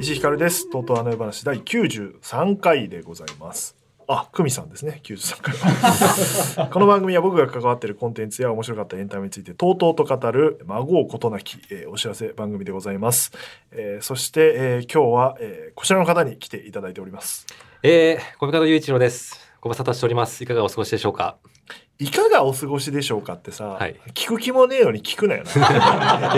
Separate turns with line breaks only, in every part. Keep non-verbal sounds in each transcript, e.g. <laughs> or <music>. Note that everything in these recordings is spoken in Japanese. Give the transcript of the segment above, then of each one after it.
石井ひかるです。とうとうあの世話第93回でございます。あ、久美さんですね。93回は。 <laughs> この番組は僕が関わっているコンテンツや面白かったエンタメについてとうとうと語る孫をことなき、えーお知らせ番組でございます。えーそして、えー今日は、えーこちらの方に来ていただいております。
えー、小見方雄一郎です。ご無沙汰しております。いかがお過ごしでしょうか。
いかがお過ごしでしょうかってさ、
はい
聞く気もねえのに聞くなよ
<laughs>
な。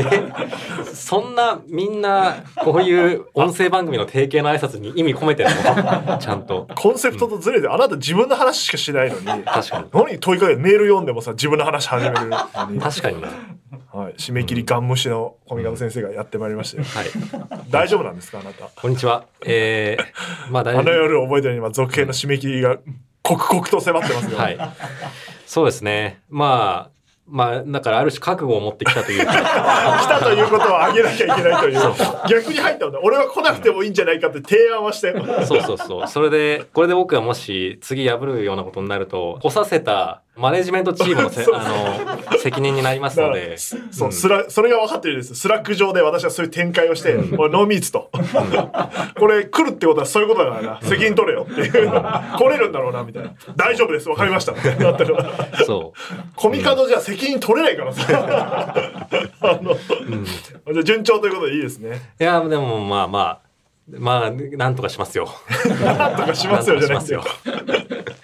そんなみんなこういう音声番組の提携の挨拶に意味込めてるの <laughs> ちゃんと。
コンセプトとずれて、あなた自分の話しかしないのに、
<laughs> 確かに。
何問いかけてメール読んでもさ、自分の話始めるのに。
確かに。は
はい、締め切りガン無視の小見方先生がやってまいりましたよ。
い。
<laughs> 大丈夫なんですかあなた。
こんにちは。えー、まあ大
あの夜を覚えてるには続編の締め切りが刻々と迫ってますよ。
はい。そうですね。まあ、まあ、だからある種覚悟を持ってきたという
<laughs>
か。
来たということをあげなきゃいけないという。逆に入ったのね。俺は来なくてもいいんじゃないかって提案はして。
そうそうそう。それで、これで僕がもし次破るようなことになると、来させたマネジメントチームの
<laughs>
せ
そうそう
あの責任になりますので。
そう、スラそれが分かってるんですスラック上で私はそういう展開をして、俺ノーミーツとこれ来るってことはそういうことだからな責任取れよっていう来れるんだろうなみたいな大丈夫です分かり <laughs> ましたってなったから
そう。
コミカドじゃ責任取れないからさあの、じゃあ順調ということでいいですね
いやでもまあまあまあなんとかしま
<laughs>
すよ。
なんとかしますよじゃないんですよ
なんとかしま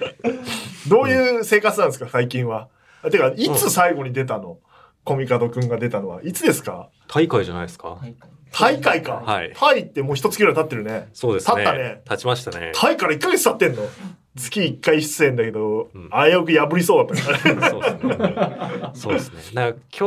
どういう生活なんですか最近はあてかいつ最後に出たの、コミカドくんが出たのはいつですか
大会じゃないですか。
大会か、
はい
タイってもう一月ぐらい経ってるね
そうですね。
経ったね
立ちましたね。
タイから1ヶ月経ってんの月1回出演だけど、
ん
危うく破りそうだったからね
そうですね。そうですね。なんか今日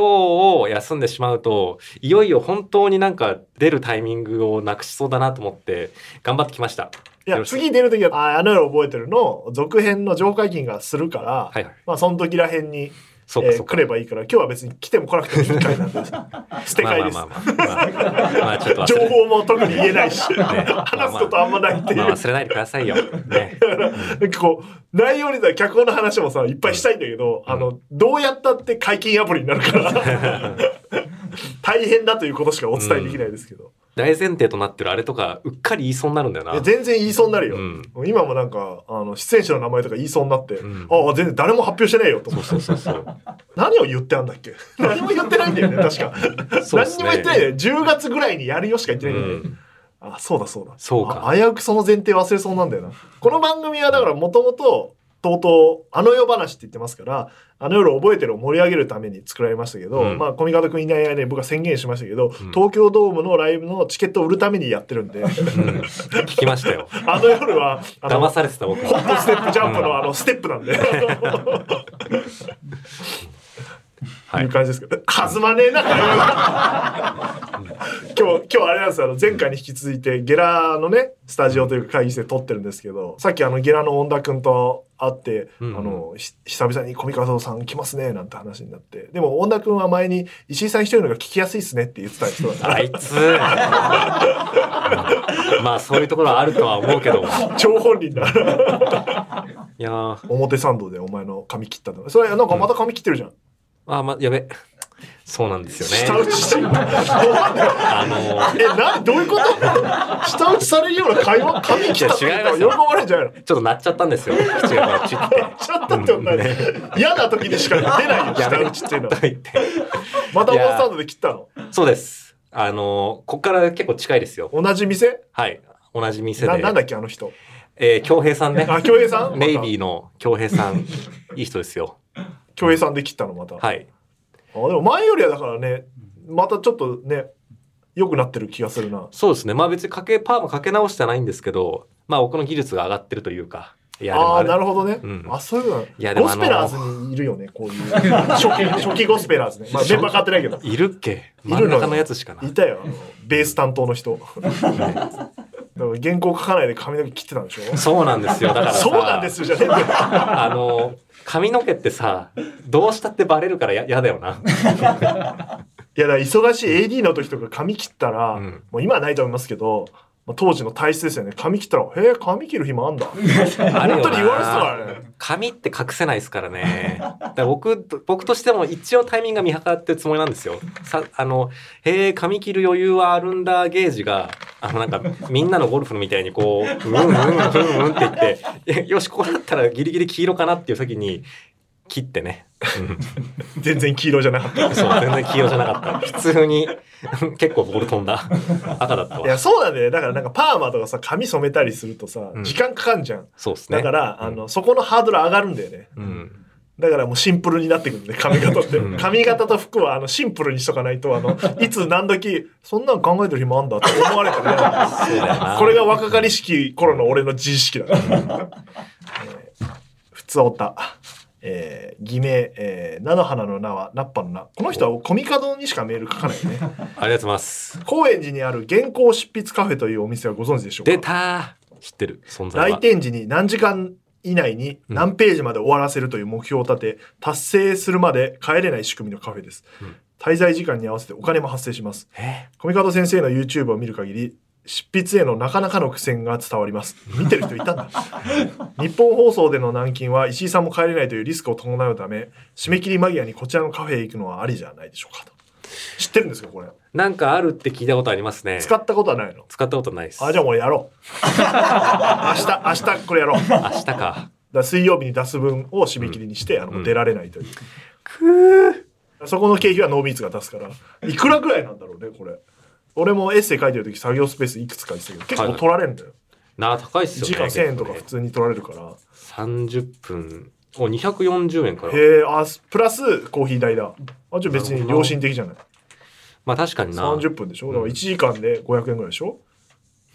を休んでしまうといよいよ本当になんか出るタイミングをなくしそうだなと思って頑張ってきました。
い
<laughs> よ
や
ろしく
次出る時は「あーあの夜覚えてる」の続編の上解禁がするから、
はいはい。
まあその時らへんに、
そう
え
か
ー
そうか。
来ればいいから今日は別に来ても来なくてもいい回
<laughs>
なんです捨て
ま
会
あ
です、
まあまあまあまあ、まあ、ちょっと忘
<laughs> 情
れ,、
報も特に言えないし、話すことあんまないっていう
まあ、忘れないでくださいよ。ね。 <laughs>
なんかこう、内容にさ、脚本の話もさ、いっぱいしたいんだけど、あの、どうやったって解禁アプリになる
<laughs>
から、大変だということしかお伝えできないですけど。
大前提となってるあれとかうっかり言いそうになるんだよ
いや
な。
全然言いそうになるよ。
うん
今もなんか、あの、出演者の名前とか言いそうになって、
ん
ああ、全然誰も発表してないよと思って。
そうそうそう。
何を言ってあんだっ
<laughs>
け何も言ってないんだよね、確か。
そうっ
<laughs> 何
す
に
ね
も言ってないよね。10月ぐらいにやるよしか言ってないんだよね。
うん
あ、そうだそうだ。
そうか
あ危うくその前提忘れそうなんだよな。この番組はだからもともと、とうとう、あの世話って言ってますから、あの夜覚えてるを盛り上げるために作られましたけど、
うん
まあ、小見方くんいない間に僕は宣言しましたけど、東京ドームのライブのチケットを売るためにやってるんで、
うん聞きましたよ。
あの夜は、あの、
騙
ホ
されてた僕
ップステップジャンプのあの、ステップなんで。、
はいいう
感じですけど、 <laughs> 弾まねえな、会話が <laughs> 今日、今日あれなんですよあの、前回に引き続いて、ゲラのね、スタジオというか会議室で撮ってるんですけど、さっきあの、ゲラの恩田くんと会って、
うんうん
あの、ひ久々にコミカドさん来ますね、なんて話になって。でも、恩田くんは前に、石井さん一人のが聞きやすいっすねって言ってた人だから
あいつ。まあそういうところはあるとは思うけど。 <laughs>
張本人だ。 <laughs>
いやー
表参道でお前の髪切ったとか。それ、なんかまた髪切ってるじゃん。
あまやべ。そうなんですよ
下
ね。
打ちしてる。 <laughs>
あのー
え、な、どういうこと <laughs> 下打ちされるような会話髪切ったって言ったら喜ばれるんじゃないの
ちょっと鳴っちゃったんですよ。口がこうチュッて。
ちょっとってことない。嫌な時にしか出
<laughs>
ないよ、下打ちっていうのは。
と言って。
またオンスタンドで切ったの。
そうです。あのーこっから結構近いですよ。
同じ店
はい。同じ店
な
で
な。んだっけ、あの人。
えー、京平さんね。
あ、京平さ
<laughs>
ん
ネイ
ー。
ビーの京平さん。いい人ですよ。
京平さんで切ったの、また。あ
はい。
でも前よりはだからね、またちょっとね、良くなってる気がするな。
そうですね。まあ別にかけ、パーマかけ直してはないんですけど、まあ僕の技術が上がってるというか。いや、でも
あ
あ
あ、
れ
なるほどね
うん。
あ、そういうの
いやで
ゴ
もあ
ス
の
ペラーズにいるよね、こういう。初
<laughs>
期、初期ゴスペラーズね。まあ、メンバー変わってないけど。
いるっけ
いるの。
真ん中のやつしかない
たよ、あのベース担当の
<laughs>
人。だから原稿書かないで髪の毛切ってたんでしょ
そうなんですよ。だからさ
そうなんですよ、じゃねえんだよ
あの、髪の毛ってさ、どうしたってバレるからややだよな。
いやだから忙しい AD の時とか髪切ったら、
うん
もう今はないと思いますけどまあ、当時の体質ですよね髪切ったら「へえ髪切る暇あんだ」
あるよ
本
な
当に言われてたからね
紙って隠せないですからね。だから僕、僕としても一応タイミングが見計らってるつもりなんですよ。さ、あの、へえ、髪切る余裕はあるんだゲージが、あのなんか、みんなのゴルフみたいにこう、うんうんうんうんうんって言って、 <laughs> よし、ここだったらギリギリ黄色かなっていう時に、切ってね。
全然黄色じゃな
<laughs>
かった
うんそう、全然黄色じゃなかった。普通に、結構ボール飛んだ。赤だった
い
わ。
やそうなんだよねだからなんかパーマとかさ髪染めたりするとさ、
うん
時間かかんじゃん
そうですね。
だから、
うん
あのそこのハードル上がるんだよね
うん。
だからもうシンプルになってくるんで髪型って
うん
髪型と服はあのシンプルにしとかないとあのいつ何時そんなん考えてる暇あんだって思われてるね
そうだよな。
これが若かりしき頃の俺の自意識だ、えーふつおた、えー、偽名、えー、菜の花の名は菜っぱの名この人はコミカドにしかメール書かないよね
ありがとうございます。
高円寺にある原稿執筆カフェというお店はご存知でしょうか
出た知ってる。存在
来
は。
店時に何時間以内に何ページまで終わらせるという目標を立て達成するまで帰れない仕組みのカフェです、
うん
滞在時間に合わせてお金も発生します
え
コミカド先生の YouTube を見る限り執筆へのなかなかの苦戦が伝わります見てる人いたん
<laughs>
だ日本放送での軟禁は石井さんも帰れないというリスクを伴うため締め切り間際にこちらのカフェへ行くのはありじゃないでしょうかと知ってるんですかこれ
なんかあるって聞いたことありますね。
使ったことはないの
使ったことないです。
あじゃあもうやろ
<laughs>
う明日明日これやろう
明日か。
だから水曜日に出す分を締め切りにして、あのもう出られないという、
くー。
そこの経費はノーミーツが出すからいくらぐらいなんだろうねこれ俺もエッセイ書いてる時作業スペースいくつかにしたけど結構取られるんだよ、
なあ、高いっすよね。
時間1000円とか普
結
通に取られるから、
構ね30分。お、240円から。
へえあすプラスコーヒー代だあじゃあ別に良心的じゃない
まあ確かにな。
30分でしょだから1時間で500円ぐらいでしょ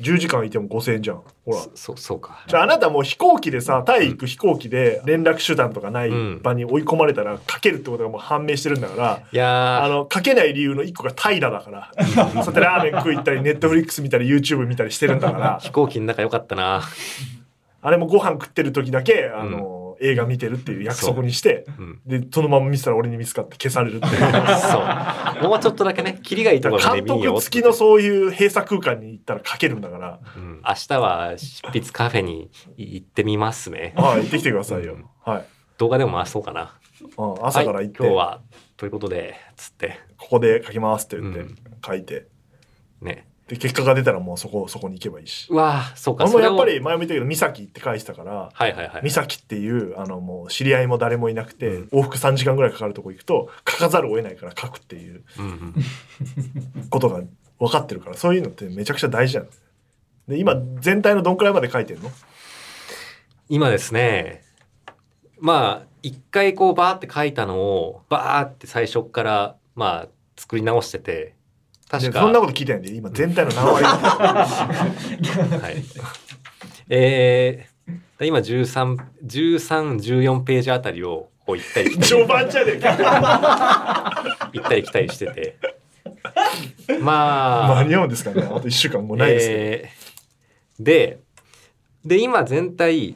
10時間いても5000円じゃんほら
そ、そうか。
じゃああなたもう飛行機でさタイ行く飛行機で連絡手段とかない場に追い込まれたらかけるってことがもう判明してるんだから、
いや
あ
ー、
の、かけない理由の一個が怠惰だから。そうやってラーメン食い行ったり、ネットフリックス見たり、YouTube 見たりしてるんだから、
飛行機の中良かったな。
あれもご飯食ってる時だけ、あの、映画見てるっていう約束にして、
うん。
で、そのまま見せたら俺に見つかって消されるって
<laughs>
いう。
そう。もうちょっとだけね、キリがいいところがね、
監
見によ
督付きのそういう閉鎖空間に行ったらかけるんだから、
うん明日は執筆カフェに行ってみますね。
はい、行ってきてくださいよ。はい。
動画でも回そうかな。
うん朝から
はい
行って、
今日は、ということで、つって。
ここで書きますって言って、
うん
書いて。
ね。
で、結果が出たらもうそこ、そこに行けばいいし。
うわーそうか、
俺も
それ
やっ
を
ぱり前も言ったけど、三崎って返したから、
はいはいはい
三。崎っていうあのもう知り合いも誰もいなくて、
うん
往復3時間ぐらいかかるとこ行くと書かざるを得ないから書くっていう
うんうん
ことが分かってるからそういうのってめちゃくちゃ大事なの。で今全体のどんくらいまで書いてんの
今ですねまあ一回こうバーって書いたのをバーって最初からまあ作り直してて確
で
か
そんなこと聞いてないんで今全体の何割
はい、 <laughs> えー、今131314ページあたりをこう行ったり来たり
序盤じゃねえか
行ったり来たりしてて <laughs> まあ
間に合うんですかねあと1週間もうないですけど、
えーでで今全体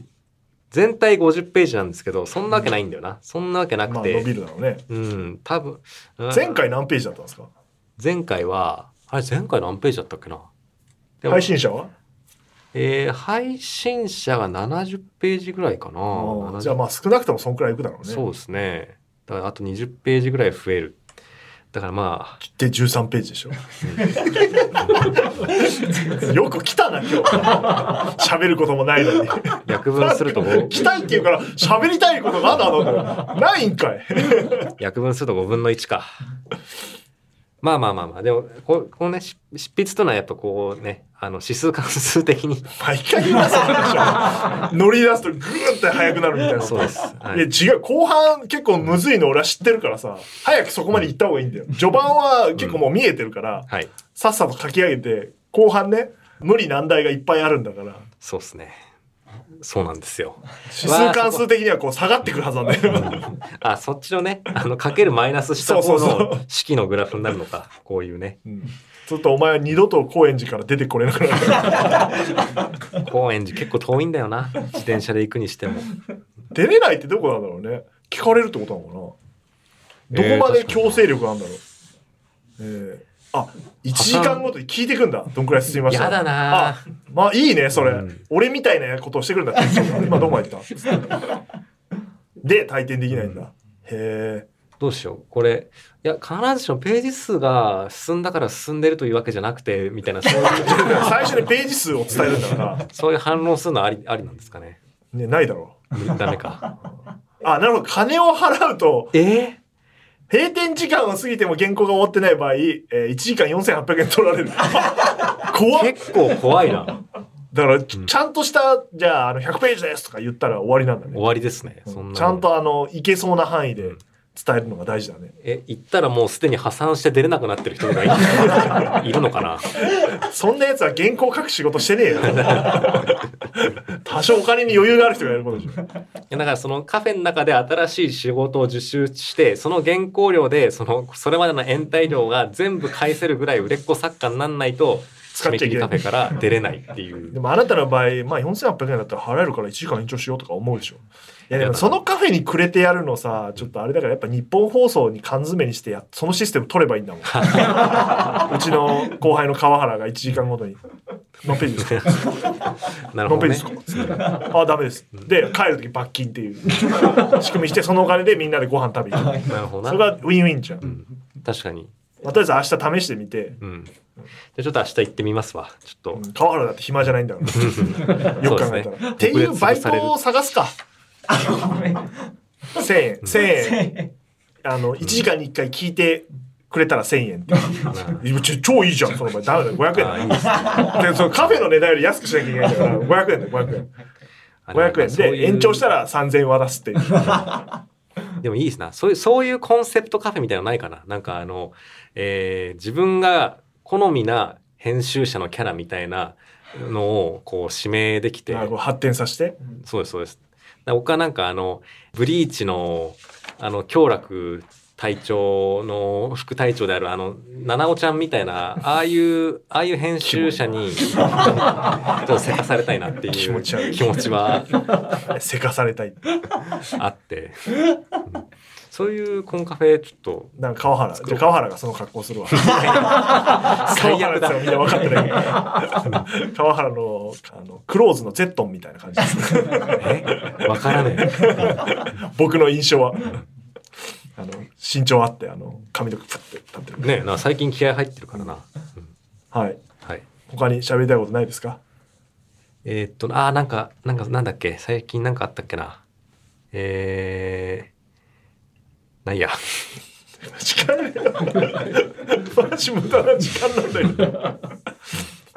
全体50ページなんですけどそんなわけないんだよな、そんなわけな
ま
く
あ
て、
伸びるだろうね
うん多分うん
前回何ページだったんですか
前回はあれ前回何ページだったっけなでも
配信者は
えー配信者が70ページぐらいかな
うん
70
じゃあまあ少なくともそんくらいいくだろうね
そうですねだからあと20ページぐらい増えるだからまあ
で13ページでしょよく来たな今日喋ることもないのに
約分す
<laughs>
ると5
来たいっていうから喋りたいことなんだろうないんかい
約分すると5分の1か。まあまあまあまあ、でも、こう、こうね、し執筆というのはやっぱこうね、あの、指数関数
<laughs>
的に。
毎回言いますよ乗り出すとグーンって速くなるみたいな
そうです。はい
いや
い
違う後半結構むずいの俺は知ってるからさ早くそこまで行った方がいいんだよ序盤は結構もう見えてるから、
はい。
さっさと書き上げて後半ね無理難題がいっぱいあるんだから
そうですね。そうなんですよ。
指数関数的にはこう下がってくるはずなんだよ
あ、そっちのね、あの、かけるマイナスし
そ
た方
うそうそ
の式のグラフになるのか、こういうね、
うんちょっとお前は二度と高円寺から出てこれなくなる
<laughs> 高円寺結構遠いんだよな。自転車で行くにし
<laughs>
ても。
出れないってどこなんだろうね聞かれるってことなのかなどこまで強制力があるんだろう、えあ一時間ごとに聞いてくんだどんくらい進みました
やだな
あまあいいねそれ、
うん
俺みたいなことをして
<laughs>
くるんだ今どこまで行ったで退店できないんだ、へえ
どうしようこれいや必ずしもページ数が進んだから進んでるというわけじゃなくてみたいなそう <laughs> いう
最初にページ数を伝えるんだから、
そういう反論するのはありありなんですかね
ね、ないだろ
ダ
<laughs>
メか
うあなるほど金を払うと
えー
閉店時間を過ぎても原稿が終わってない場合、えー、1時間4800円取られ
<laughs>
る怖っ
結構怖いな
だからち,、ゃんとしたじゃああの100ページですとか言ったら終わりなんだ
終
ね
わりですねそんなの
ちゃんとあのいけそうな範囲で伝えるのが大事だね
え行ったらもうすでに破産して出れなくなってる人がいいる <laughs> のかな
そんなやつは原稿書く仕事してねえ
<laughs>
よ多少お金に余裕がある人がやることでしょ
いやだからそのカフェの中で新しい仕事を受注してその原稿料でそのそれまでの延滞料が全部返せるぐらい売れっ子作家になんないと
使
締
っ
め
ちゃ
切
いけ
り
な
カ
い
フェから出れないってい
で <laughs>
う
もあなたの場合、まあ、4800円だったら払えるから1時間延長しようとか思うでしょいやでもそのカフェにくれてやるのさちょっとあれだからやっぱ日本放送に缶詰にしてやそのシステム取ればいいんだ
<laughs>
もんうちの後輩の川原が1時間ごと
<laughs>
に「何ページですか?」
な
の
るほ
んべ
ど
りで
ね
すかあダメです。で帰る時罰金っていう仕組みしてそのお金でみんなでご飯食べに行く。
<laughs> なるほ
そ
ど
れ
な
がウィンウィンじゃん。
確かに
まあとりあえず明日試してみて。
うんじゃあちょっと明日行ってみますわち
<laughs>
ょっ
うん川原だって暇じゃないんだから。よく考えた
そうです
ら。
ね
っていうバイトを探すか。1000円。1000円。あの1時間に1回聞いてくれたら1000円っていう。
とな
今ちょ超いいじゃんその場合ダメだよ500
あーい
円
いですね
だよでそのカフェの値段より安くしなきゃいけないから500円だよ500円
あも
500円
そういう
で延長したら3000円渡すっていう
でもいいですな。そういう、そういうコンセプトカフェみたいなのないかな。なんかあの、えー自分が好みな編集者のキャラみたいなのをこう指名できて
な、るほど発展させ
<laughs>
て
そうです、そうです。だ僕はなんかあの、ブリーチの、あの、京楽隊長の副隊長であるあの、七尾ちゃんみたいな、ああいう、ああいう編集者に、ちょっとせかされたいなっていう
気持ち悪い
気持ちは
せかされたい
あって、うんそういうコンカフェちょっと
なんか川原じゃあ川原がその格好す
<laughs>
るわ
最悪だ
川原ってみんな分かってないけど川原のあのクローズのゼットンみたいな感じです
<laughs>
ね
えわからねえ。
僕の印象はあの身長あってあの髪の毛プッて立ってる
ねえな、最近気合入ってるからな。うん
はい
はい。
他に喋りたいことないですか
えーっと、あー、なんか、なんか、なんだっけ最近なんかあったっけな。えー、なんや。
時間ね私無駄な時間なんだよ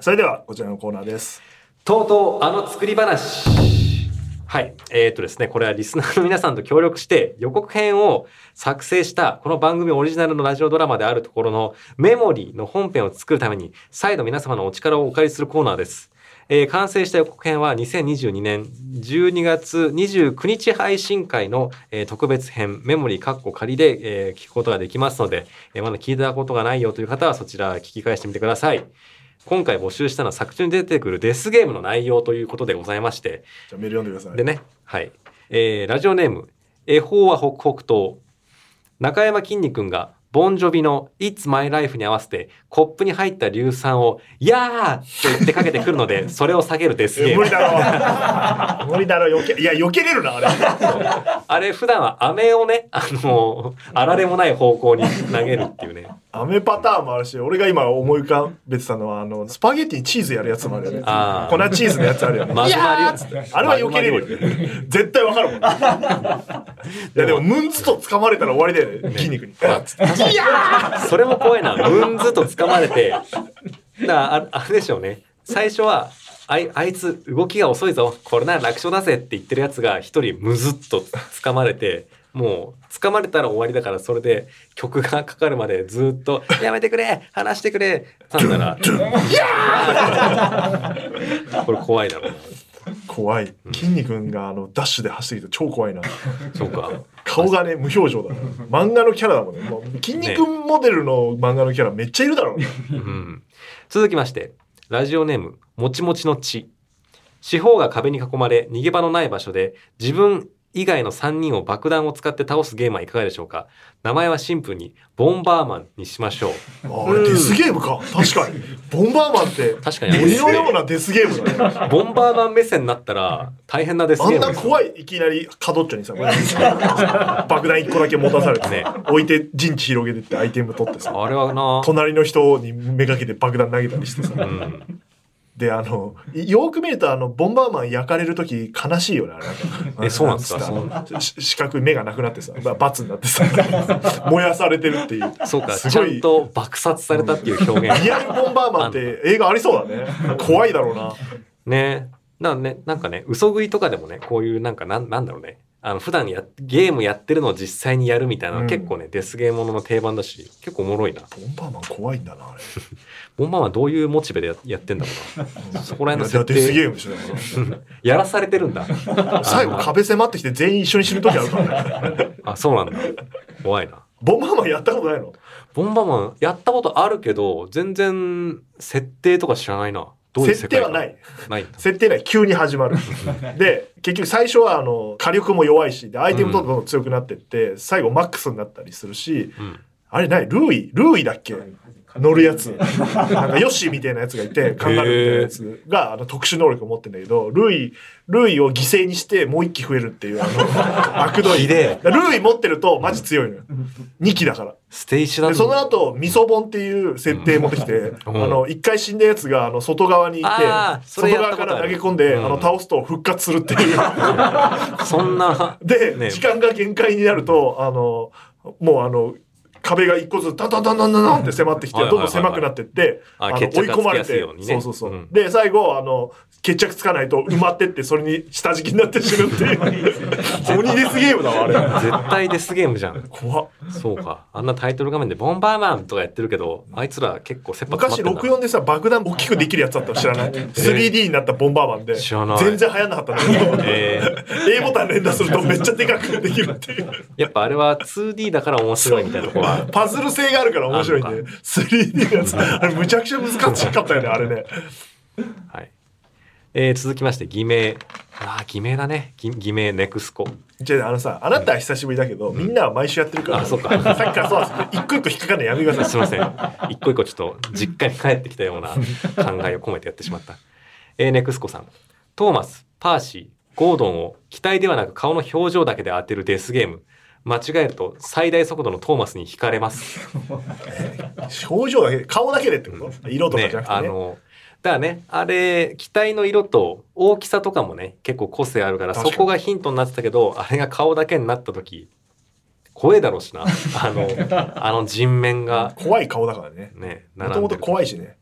それではこちらのコーナーです
とうとう、あの作り話。はい。えーっとですね、これはリスナーの皆さんと協力して予告編を作成したこの番組オリジナルのラジオドラマであるところのメモリーの本編を作るために再度皆様のお力をお借りするコーナーです。えー完成した予告編は2022年12月29日配信会の、えー特別編メモリーカッコ仮で、えー聞くことができますので、えーまだ聞いたことがないよという方はそちら聞き返してみてください。今回募集したのは作中に出てくるデスゲームの内容ということでございまして、
じゃあメール読んでください
でね、はい。えーラジオネーム、恵方は北北東。中山きんに君が、ボンジョビの It's My Life に合わせて、コップに入った硫酸を、やーと言ってかけてくる
<laughs>
ので、それを下げるデス
え
ゲー
無
ム
理。だろう無理だろう避けいや避けれるなあれ
あれ、普段は飴をね、あ
<laughs>
の、あられもない方向に投げるっていうね。
雨パターンもあるし、俺が今思い浮かべてたのは、あの、スパゲティにチーズやるやつもあるよね。
あ
粉
ー
チーズのやつあるよね。
マグマ料理。
あれは避けれるよね。絶対わかるもん、ね。いやでも、ムンツと掴まれたら終わりだよね。筋肉に。ガッつって
それも怖いな。ムンズと掴まれて。だからあ、あれでしょうね。最初は、あいあいつ動きが遅いぞ。これなら楽勝だぜって言ってるやつが一人ムズっと掴まれて、もう掴まれたら終わりだからそれで曲がかかるまでずっと「やめてくれ話してくれ!」さんなら「これ怖いだろうな
怖い。筋肉が、あの、ダッシュで走ってきて超怖いな。
そうか
顔がね、無表情だ、ね。漫画のキャラだもんね。もう筋肉モデルの漫画のキャラめっちゃいるだろうね。
うん続きましてラジオネームもちもちの血四方が壁に囲まれ逃げ場のない場所で自分以外の3人を爆弾を使って倒すゲームはいかがでしょうか名前はシンプルにボンバーマンにしましょう。
あれデスゲームか確かにボンバーマンって
確かにあれ
鬼
です
の
ね
ようなデスゲームだね
<laughs> ボンバーマン目線になったら大変なデス
あ
ゲ
ん
ーム
な
ですよ
怖い、いきなり角っちょにさ、こう <laughs> やってさ爆弾1個だけ持たされてね
ね、
置いて陣地広げてってアイテム取ってさ、
あれはな。
隣の人にめがけて爆弾投げたりしてさ
う、ん、
で、あの、よく見ると、あの、ボンバーマン焼かれるとき悲しいよね、あれなんか。
えそうなんですか
あのし四角い目がなくなってさ、まあ、罰になってさ、燃やさ <laughs> れてるっていう。
そうか、
す
ちゃ
ご
ん
い
と爆殺されたっていう表現
リ。アルボンバーマンって映画ありそうだね。怖いだろうな。
ねなねなんかね嘘食いとかでもねこういうなんかなんなんだろうねあの普段やゲームやってるのを実際にやるみたいな、
うん
結構ねデスゲーものの定番だし結構おもろいな
ボンバーマン怖いんだな、あれ。
ボンバーマンはどういうモチベでややってんだろう
<laughs>
なそこら辺の
いや
設
デス
定
ゲームでしょだから。
やらされてるんだ
最後壁迫ってきて全員一緒に死ぬ時あるからね。
あそうなんだ怖いな
ボンバーマンやったことないの
ボンバーマンやったことあるけど全然設定とか知らないなどういう
設
世
定
界
は
観
ない。
ないんだ
設定ない。急に始ま
<laughs>
る。で、結局最初は、あの、火力も弱いし、で、アイテムどんどんどん強くなってって、最後マックスになったりするし、
うん
あれないルーイルーイだっけ乗るやつ。なんかヨッシーみたいなやつがい
<laughs>
て、カンガルーみたいなやつが、あの、特殊能力を持ってんだけど、ルーイ、ルーイを犠牲にしてもう一機増えるっていう、あ
<laughs>
の、悪どい。
ひ
<laughs> ル
で
ーイ持ってるとマジ強いのよ。2機だから。
ステージだ
でその後味噌本っていう設定持ってきて、
うん
あの一回死んだやつがあの外側にいて
あーそれ
外
やっ
側
た
か
ことある
ら投げ込んで、
うん
あの倒すと復活するって
<laughs>
いう
そんな
で、
ね
時間が限界になるとあのもうあの壁が一個ずつダンダンダンダンダンダンって迫ってきて
はい
ど
は
ん
い
ど
はい
ん狭くなってって
あ
の追い
決着が
込まれ
つきやすい
て
ように
そ
ね
うそうそう、
うん
で最後あの決着つかないと埋まってってそれに下敷きになって死ぬっていう
<laughs>
鬼デスゲームだわあれ
絶対デスゲームじゃん
怖っ
そうか。あんなタイトル画面でボンバーマンとかやってるけど、あいつら結構切羽
昔
詰まってんだ
64でさ爆弾大きくできるやつだったの知らない 3D になったボンバーマンで
知らない
全然流行んなかったんだけど
え
<laughs> A ボタン連打するとめっちゃでかくできるっていう
やっぱあれは 2D だから面白いみたいなとこは。
パズル性があるから面白いん
あ
で
る
3D のやつあれむちゃくちゃ難しかったよねあれね
はい。えー続きまして、偽名。ああ、偽名だね。偽偽名、ネクスコ。
じゃああのさあなたは久しぶりだけどみんなは毎週やってるから
あそうか
さっきからそうなんです一個一個引っかかるのやめてくだ
す
さ
いません。一個一個ちょっと実家に帰ってきたような考えを込めてやってしまった。えーネクスコさん。トーマス、パーシー、ゴードンを機体ではなく顔の表情だけで当てるデスゲーム。間違えると最大速度のトーマスに惹かれます。
い表情だけ顔だけでってこと色とかじゃなくて
あ
ね
のだからねあれ機体の色と大きさとかもね結構個性あるから
確か
そ
に
こがヒントになってたけどあれが顔だけになった時怖えだろう
<laughs>
しなあのあの人面が
怖い顔だからね
ね
も
並
と
ん
も
で
と
る
怖いしね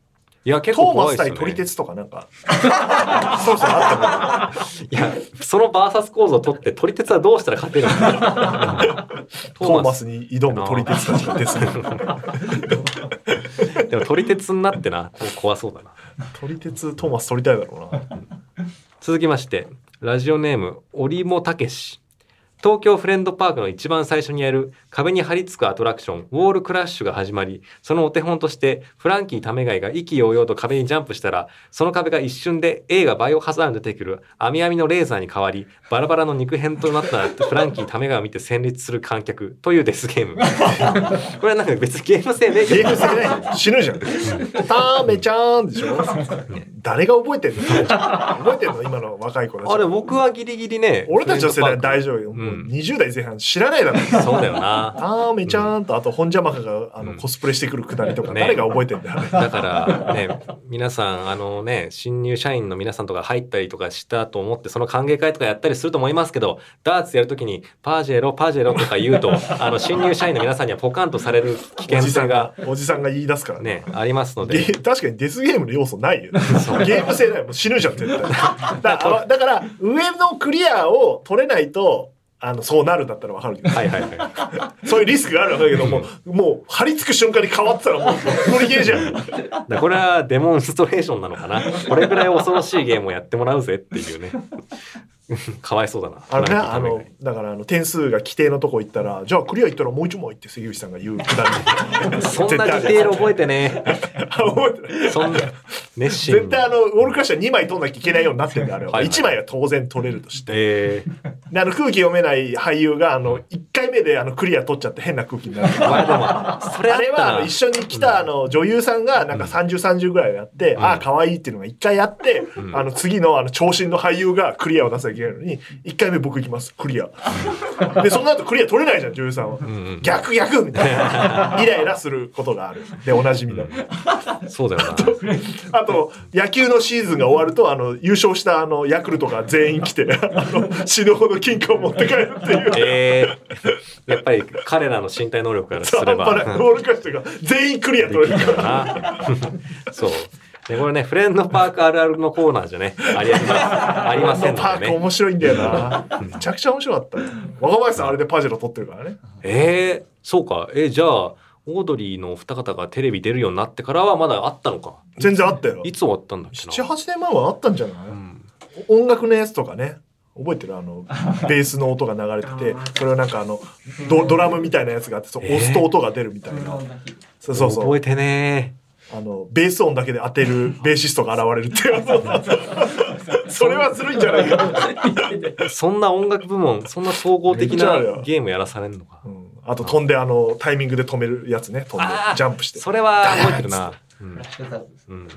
いや結
ト
構
ーマ
怖
ス
いです
対
よ
撮り
ね
鉄とかなんか <laughs> そうそうあったもん
いやそのバーサス構造を取って取り鉄はどうしたら勝てるのか
<laughs> トーマスに挑む撮り鉄たちがですね。
でも取り鉄になってなもう怖そうだな
<laughs> 撮り鉄トーマス撮りたいだろう <laughs> な。
続きましてラジオネームオリモたけし東京フレンドパークの一番最初にやる壁に張り付くアトラクションウォールクラッシュが始まりそのお手本としてフランキーためがいが意気揚々と壁にジャンプしたらその壁が一瞬で映画「バイオハザード」に出てくる網網のレーザーに変わりバラバラの肉片となったフランキーためがいを見て戦慄する観客というデス
<laughs>
ゲームこれはなんか別にゲーム性ねえけ
ゲ
ど
ーム性ない。死ぬじゃん。ターメちゃーんでしょ。誰が覚えてんのターメちゃん覚えてんの今の若い子たち。
あれ僕はギリギリね
俺たちの世代は大丈夫よ。
うん
もう20代前半知らない <laughs> だろ。
そうだよな
ターメちゃーんとあと本邪魔家があ
う
の
ん
コスプレしてくるくだりとか
ね
誰が覚えてんだよ。
だからね、皆さん、あのね、新入社員の皆さんとか入ったりとかしたと思って、その歓迎会とかやったりすると思いますけど、ダーツやるときに、パージェロ、パージェロとか言うと、あの、新入社員の皆さんにはポカンとされる危険
おじさ
性
んが
が、
おじさんが言い出すからね。
ね、ありますの
ゲ
で、
ー確かにデスゲームの要素ないよね、ゲーム性ないもう死ぬじゃん絶対だからあだから上のクリアを取れないとあのそうなるんだったら分かるけど、
はいはいは
そういうリスクがあるわけだけどもうもう張り付く瞬間に変わってたらもう乗り切れじゃん
い。だこれはデモンストレーションなのかな。これぐらい恐ろしいゲームをやってもらうぜっていうね。 <laughs> かわいそうだな。
あのね、
なんか
あの、だからあの点数が規定のとこ行ったら、じゃあクリア行ったらもう一問行って関口さんが言うくだり。
そん
絶
な
対ある
ディテール覚えてね。
あ覚えてない
そんな、熱心に。
<laughs> 絶対あの、ウォールクラッシュは2枚取んなきゃいけないようになってんだ、あれは。
はいはい
1枚は当然取れるとして。
え
で、あの空気読めない俳優が、あの、1回目であのクリア取っちゃって変な空気になる。
ー、まあでも、それあ
あ
っ
れ
た
はあ
な
の一緒に来たあの女優さんがなんか30、30ぐらいをやって、
ん
ああ、可愛いっていうのが一回やって、
ん
あの次のあの長身の俳優がクリアを出さなきゃいけないのに、一回目僕行きます、クリア。
<laughs>
で、その後クリア取れないじゃん、女優さんは。
ん
逆逆みたい
<laughs>
な。イライラすることがある。で、おなじみだ。
そうだよな。
<laughs> あと、野球のシーズンが終わると、あの、優勝したあの、ヤクルトが全員来て、あの、死ぬほど金貨を持って帰るっていう。
えー、やっぱり彼らの身体能力からす
半
れ
端ない。
ば。
ロールカットが全員クリア取れるから。
なそう。で、これね、フレンドパークあるあるのコーナーじゃね、ありありません
パ
の
ー
で
ク
ね。
面白いんだよな。めちゃくちゃ面白かったよ。若林さんあれでパジェロ撮ってるからね。
えー、そうか。えじゃあ、オードリーのお二方がテレビ出るようになってからはまだあったのか。
全然あったよ。
いつ終わったんだっけ
7、
な。
8年前はあったんじゃない、音楽のやつとかね。覚えてるあ
<laughs>
の、ベースの音が流れてて、それをなんかあの、ドドラムみたいなやつがあって、そう
えー
押すと音が出るみたいな。そうそうそう
覚。えてね
あの、ベース音だけで当てるベーシストが現れるっていう。それはずるいんじゃないか。
ー。そんな音楽部門、そんな総合的
めっちゃあ
な
るよ
ゲームやらされるのか
う。んあと飛んで、あの、タイミングで止めるやつね。飛んで
あ、ー
ジャンプして。
それは覚えてるな。うんうん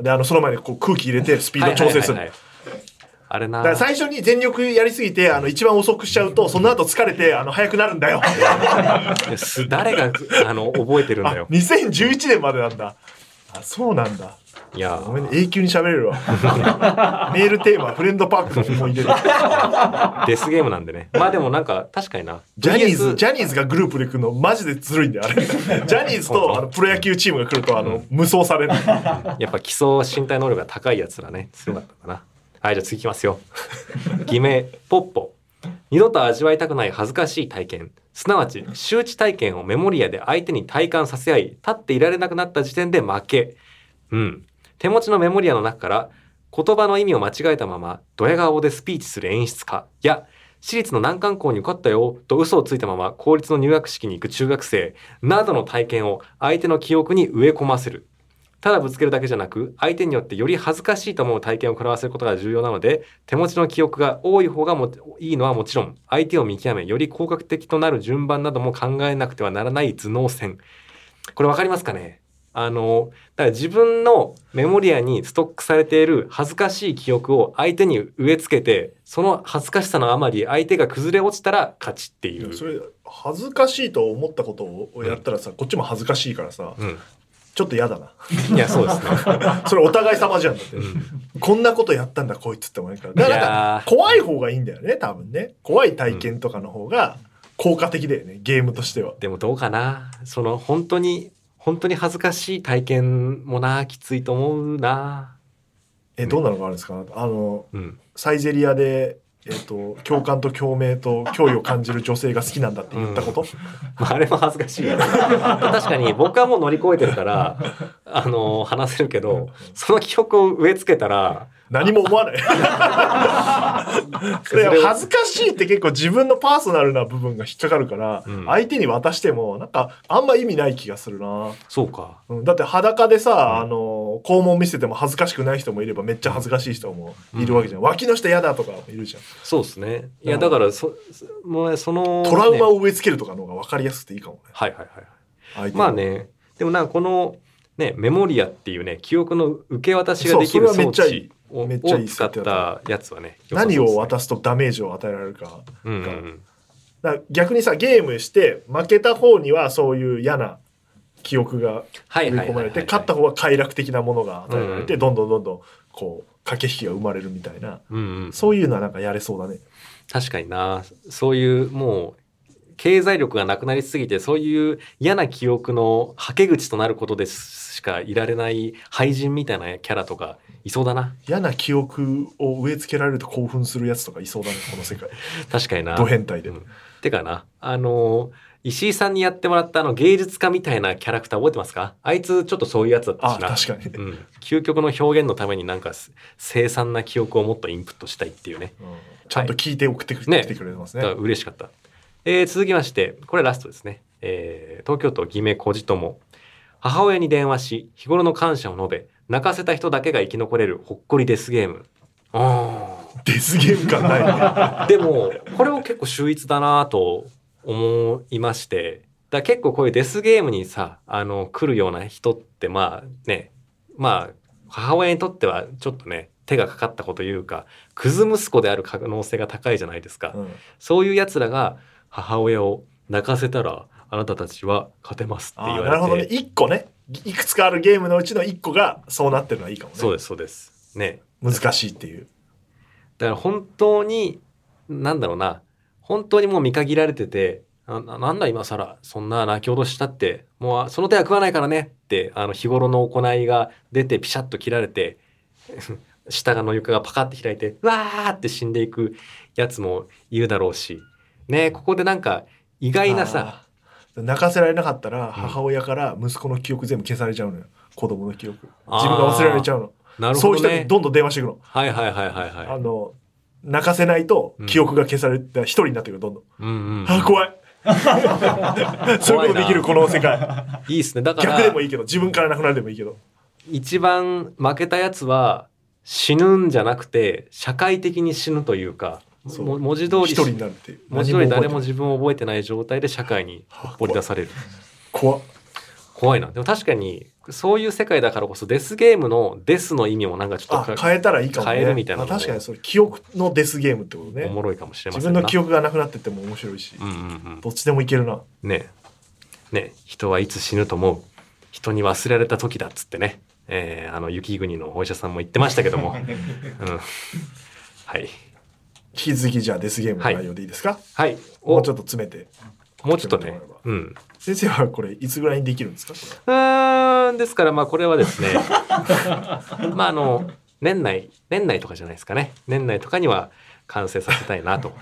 で、あの、その前にこう空気入れてスピード調整す
はい
る。
はいはいはいあれな
だから最初に全力やりすぎて、あの、一番遅くしちゃうと、その後疲れて、あの、速くなるんだよ。
いやす誰があの覚えてるん
あ
だよ、
2011年までなんだ。あ、そうなんだ。
いや
ごめんね、永久に喋れるわ。 <laughs> メールテーマ、フレンドパークの思い
<laughs>
出だ。
デスゲームなんでねまあでもなんか確かにな
ジャニーズ、ジ
ャ
ャニーズがグループで来るのマジでずるいんだ
<laughs>
よ、あれ。ジャニーズとあのプロ野球チームが来ると、あの、無双される。
<laughs> やっぱ基礎身体能力が高いやつらね強かったかなはいじゃあ次いきますよ <laughs> 偽名ポッポ二度と味わいたくない恥ずかしい体験すなわち周知体験をメモリアで相手に体感させ合い立っていられなくなった時点で負けうん手持ちのメモリアの中から言葉の意味を間違えたままドヤ顔でスピーチする演出家や私立の難関校に受かったよと嘘をついたまま公立の入学式に行く中学生などの体験を相手の記憶に植え込ませるただぶつけるだけじゃなく相手によってより恥ずかしいと思う体験を食らわせることが重要なので手持ちの記憶が多い方がもいいのはもちろん相手を見極めより効果的となる順番なども考えなくてはならない頭脳戦これわかりますかねあのだから自分のメモリアにストックされている恥ずかしい記憶を相手に植え付けてその恥ずかしさのあまり相手が崩れ落ちたら勝ちっていう。
それ、恥ずかしいと思ったことをやったらさ、こっちも恥ずかしいからさ、
う
ちょっと嫌だな。
ん、いやそうですね。
それお互い様じゃんだって、
ん
こんなことやったんだこいつって思えるからだからなんか
い
怖い方がいいんだよね多分ね怖い体験とかの方が効果的だよねゲームとしては
<laughs> でもどうかなその本当に本当に恥ずかしい体験もなきついと思うな
えどんなのがあるんですかあの
うん
サイゼリアでえっと共感と共鳴と脅威を感じる女性が好きなんだって言ったこと、
まああれも恥ずかしい
<laughs>
よ確かに僕はもう乗り越えてるからあの話せるけどその記憶を植え付けたら
何も思わない <laughs> それ恥ずかしいって結構自分のパーソナルな部分が引っかかるから、
うん
相手に渡してもなんかあんま意味ない気がするな
そうか
うん、だって裸でさ、あの肛門見せても恥ずかしくない人もいればめっちゃ恥ずかしい人もいるわけじゃん、脇の下嫌だとかもいるじゃん
そうですねいやだからそそもうねその、
トラウマ
ね
を植え付けるとかの方が分かりやすくていいかもね
はいはいはい
相手に
まあねでもなんかこのねメモリアっていうね記憶の受け渡しができる
そうそれはめ
装
っちゃいい
置を
めっちゃいい
を使ったやつはね
何を
渡
渡すとダメージを与えられるか
うんうんうん
だから逆にさゲームして負けた方にはそういう嫌な記憶が
はい
埋め
はいは
込
いは
ま
い
れて勝った方は快楽的なものが与えられて、
うん
どんどんどんどんこう駆け引きが生まれるみたいな
うんうん、
そういうのはなんかやれそうだね
確かになそういうもう経済力がなくなりすぎてそういう嫌な記憶のはけ口となることですしかいられない廃人みたいなキャラとかいそうだな
嫌な記憶を植え付けられると興奮するやつとかいそうだねこの世界
確かにな
ド変態で、
うんてかなあの石井さんにやってもらったあの芸術家みたいなキャラクター覚えてますかあいつちょっとそういうやつだった
あ
しな
確かに
うん、究極の表現のためになんかす凄惨な記憶をもっとインプットしたいっていうね
うん <laughs> ちゃんと聞いて送ってく
ね
来てくれてます
だ
ね
から嬉しかった、えー続きましてこれラストですね、えー東京都偽名小児友母親に電話し日頃の感謝を述べ泣かせた人だけが生き残れるほっこりデスゲームあー
デスゲーム感ないね
<laughs> でもこれを結構秀逸だなと思いましてだから結構こういうデスゲームにさあの来るような人ってまあねまあ母親にとってはちょっとね手がかかったこというかクズ息子である可能性が高いじゃないですか、
うん
そういうやつらが母親を泣かせたらあなたたちは勝てますって
あ
言
ーなるほど
わ
ね
れて、
一個ねいいくつかあるゲームのうちの一個がそうなってるのはいいかも
そう
ね
ですそうですね
難しいっていう
だから本当になんだろうな本当にもう見限られててあななんだ今更そんな泣き落としたってもうあその手は食わないからねってあの日頃の行いが出てピシャッと切られて <laughs> 下の床がパカッて開いてうわーって死んでいくやつもいるだろうしねここでなんか意外なさ
あー泣かせられなかったら母親から息子の記憶全部消されちゃうのよ子供の記憶
あー
自分が忘れられちゃうの、
なる
そう
ほ
いう
ど
人に
ね
どんどん電話していくの、
はいはいはいはいは
あ
い
の泣かせないと記憶が消されて一人になってくるどんどん、
うんうん
あー怖い
<laughs>
そういうことできるこの世界
いいですねだか
逆
ら
でもいいけど自分からなくなるでもいいけど
一番負けたやつは死ぬんじゃなくて社会的に死ぬというか
そう
も文字通り
一人になるっていう
文字通り誰も
何覚えて
自分を覚えてない状態で社会に掘り出される
ない怖っ
怖いなでも確かにそういう世界だからこそデスゲームのデスの意味もなんかちょっ
あ
とか
変えたらいいかもね
変えるみたいなのも
まあ、確かにそれ記憶のデスゲームってこと
おも
ね
ろいかもしれま
自
せ
分
んな
の記憶がなくなってっても面白いし、
うんうん
どっちでもいけるな
うんねね人はいつ死ぬと思う人に忘れられた時だっつってね、えーあの雪国のお医者さんも言ってましたけど
<laughs>
も、うん、はい
引き続きじゃあデスゲームの内容でいいですか、
はい
もうちょ
っ
っと詰めて
ともうちょっとねうん
先生はこれいつぐらいにできるんですかこ
うーんですからまあこれはですね <laughs> まああの年内年内とかじゃないですかね年内とかには完成させたいなと。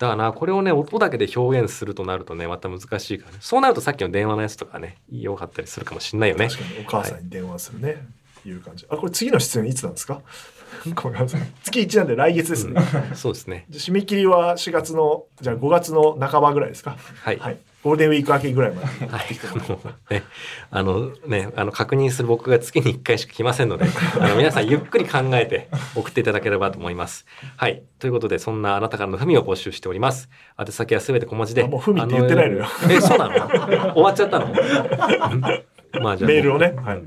だからなこれをね音だけで表現するとなるとねまた難しいからねそうなるとさっきの電話のやつとかね良かったりするかもしんないよ
れ
ね
確かにお母さんに電話するね、い、う感じあこれ次の出演いつなんですか <laughs> ごめんなさい月1なんで来月ですね、じゃ
うんそうですね
あ締め切りは4月のじゃあ5月の半ばぐらいですか
はい、
はい、ゴールデンウィーク明けぐらいまで
はい、 <laughs> あのね、あのね、あの確認する僕が月に1回しか来ませんので、あの皆さんゆっくり考えて送っていただければと思います。はい、ということで、そんなあなたからの文を募集しております。宛先はすべて小文字で。
あもう文って言ってないのよ
あ。え、そうなの終わっち
<laughs>
ゃったのうんまあじゃあもう
メールをね、はい、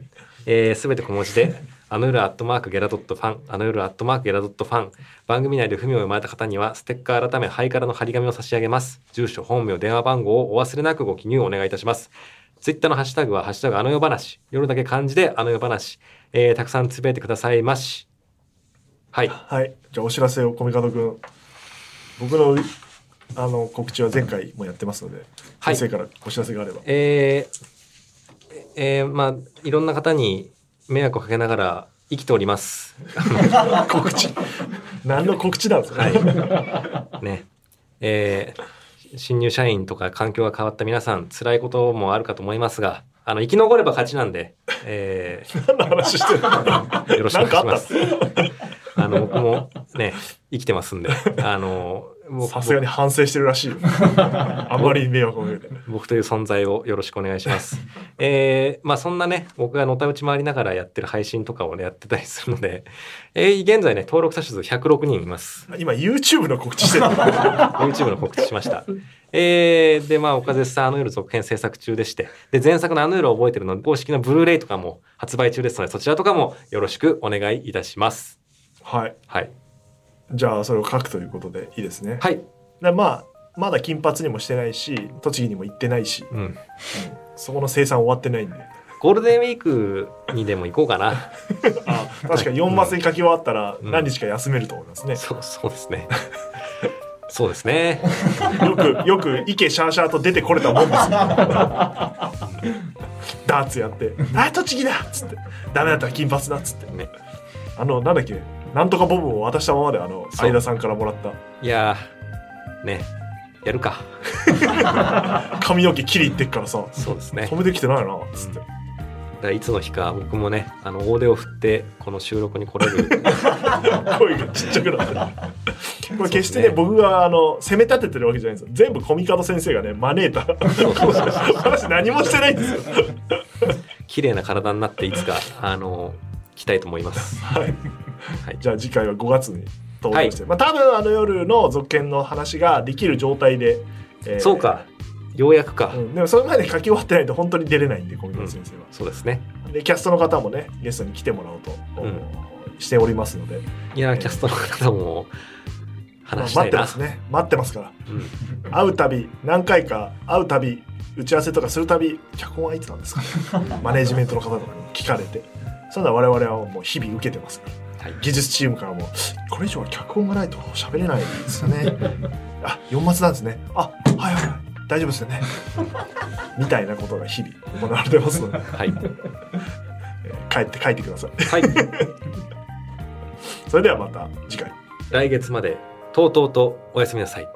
えーすべて小文字で、 <laughs> あの夜アットマークゲラドットファン、あの夜アットマークゲラドットファン、番組内で文を読まれた方には、ステッカー改め、ハイカラの張り紙を差し上げます。住所、本名、電話番号をお忘れなくご記入をお願いいたします。ツイッターのハッシュタグは、ハッシュタグあの夜話、夜だけ漢字であの夜話、えーたくさんつぶやいてくださいまし。はい。
はい、じゃあお知らせをコミカド君僕のあの告知は前回もやってますので、
はい
先生からお知らせがあれば
えーえーまあ、いろんな方に迷惑をかけながら生きております。
告知 <laughs> 何の告知なんですか、
はい。ね。えー新入社員とか環境が変わった皆さん、辛いこともあるかと思いますが、あの、生き残れば勝ちなんで、え
何の話してるの
<laughs> ーよろしくお願いします。
な
<laughs> あの、僕もね、生きてますんで、あの、僕
さすがに反省してるらしいよ
<laughs>
あんまりに迷惑をかけて
僕という存在をよろしくお願いします。えーまあそんなね、僕がのたうち回りながらやってる配信とかをね、やってたりするので、えー現在ね、登録者数106人います。
今 YouTube の告知
<laughs>
してる
YouTube の告知しました。えーで、まあ、岡絶さん、あの夜続編制作中でして、で、前作のあの夜を覚えてるの、公式のブルーレイとかも発売中ですので、そちらとかもよろしくお願いいたします。
はい
はい。
じゃあそれを書くということでいいですね、
はい。
でまあまだ金髪にもしてないし栃木にも行ってないし、
うん。
そこの生産終わってないんで
ゴールデンウィークにでも行こうか <laughs> な。
確かに4マスに書き終わったら
うん
何日か休めると思いますね、
そう、そうですね。そうですね。
よくよく池シャーシャーと出てこれたもんですよダーツやって「あ栃木だ!」っつって「ダメだったら金髪だ!」っつって
ね
あのなんだっけなんとかボブを渡したままであの
そう
相田さんからもらった
いやー、ね、やるか。
髪の毛切りいってっからさ
そうですね
止。めてきてないなっつって、
からいつの日か僕もねあの大手を振ってこの収録に来れる
声がちっちゃくなった。これ決してね
そうですね
僕があの攻め立ててるわけじゃないんですよ。全部コミカド先生がね招いた。 <laughs> 私何もしてないんですよ。
綺麗な体になっていつかあの来たいと思います。
はい。
はい
じゃあ次回は5月に登場して、まあ多分あの夜の続編の話ができる状態で。えー
そう。かようやくか、
うん、でもそれまで書き終わってないと本当に出れないんで小見先生は、
そうですね
でキャストの方もねゲストに来てもらおうと、
うん
しておりますので、
いや
え
ー
ー
キャストの方も
まあ
話し
待っ
たい
て
な、
ますね待ってますから
うん
会うたび何回か会うたび打ち合わせとかするたび脚本はいつなんですか、
<laughs>
ね、マネジメントの方とかに聞かれてそんな我々はもう日々受けてますから、
はい
技術チームからもこれ以上は脚本がないと喋れないですよねあ四4末なんですねあはいはいはい大丈夫です
<laughs>
よねみたいなことが日々行われてますので、
はい
えー帰って書いてください
はい
<laughs> それではまた次回
来月までとうとうとおやすみなさい。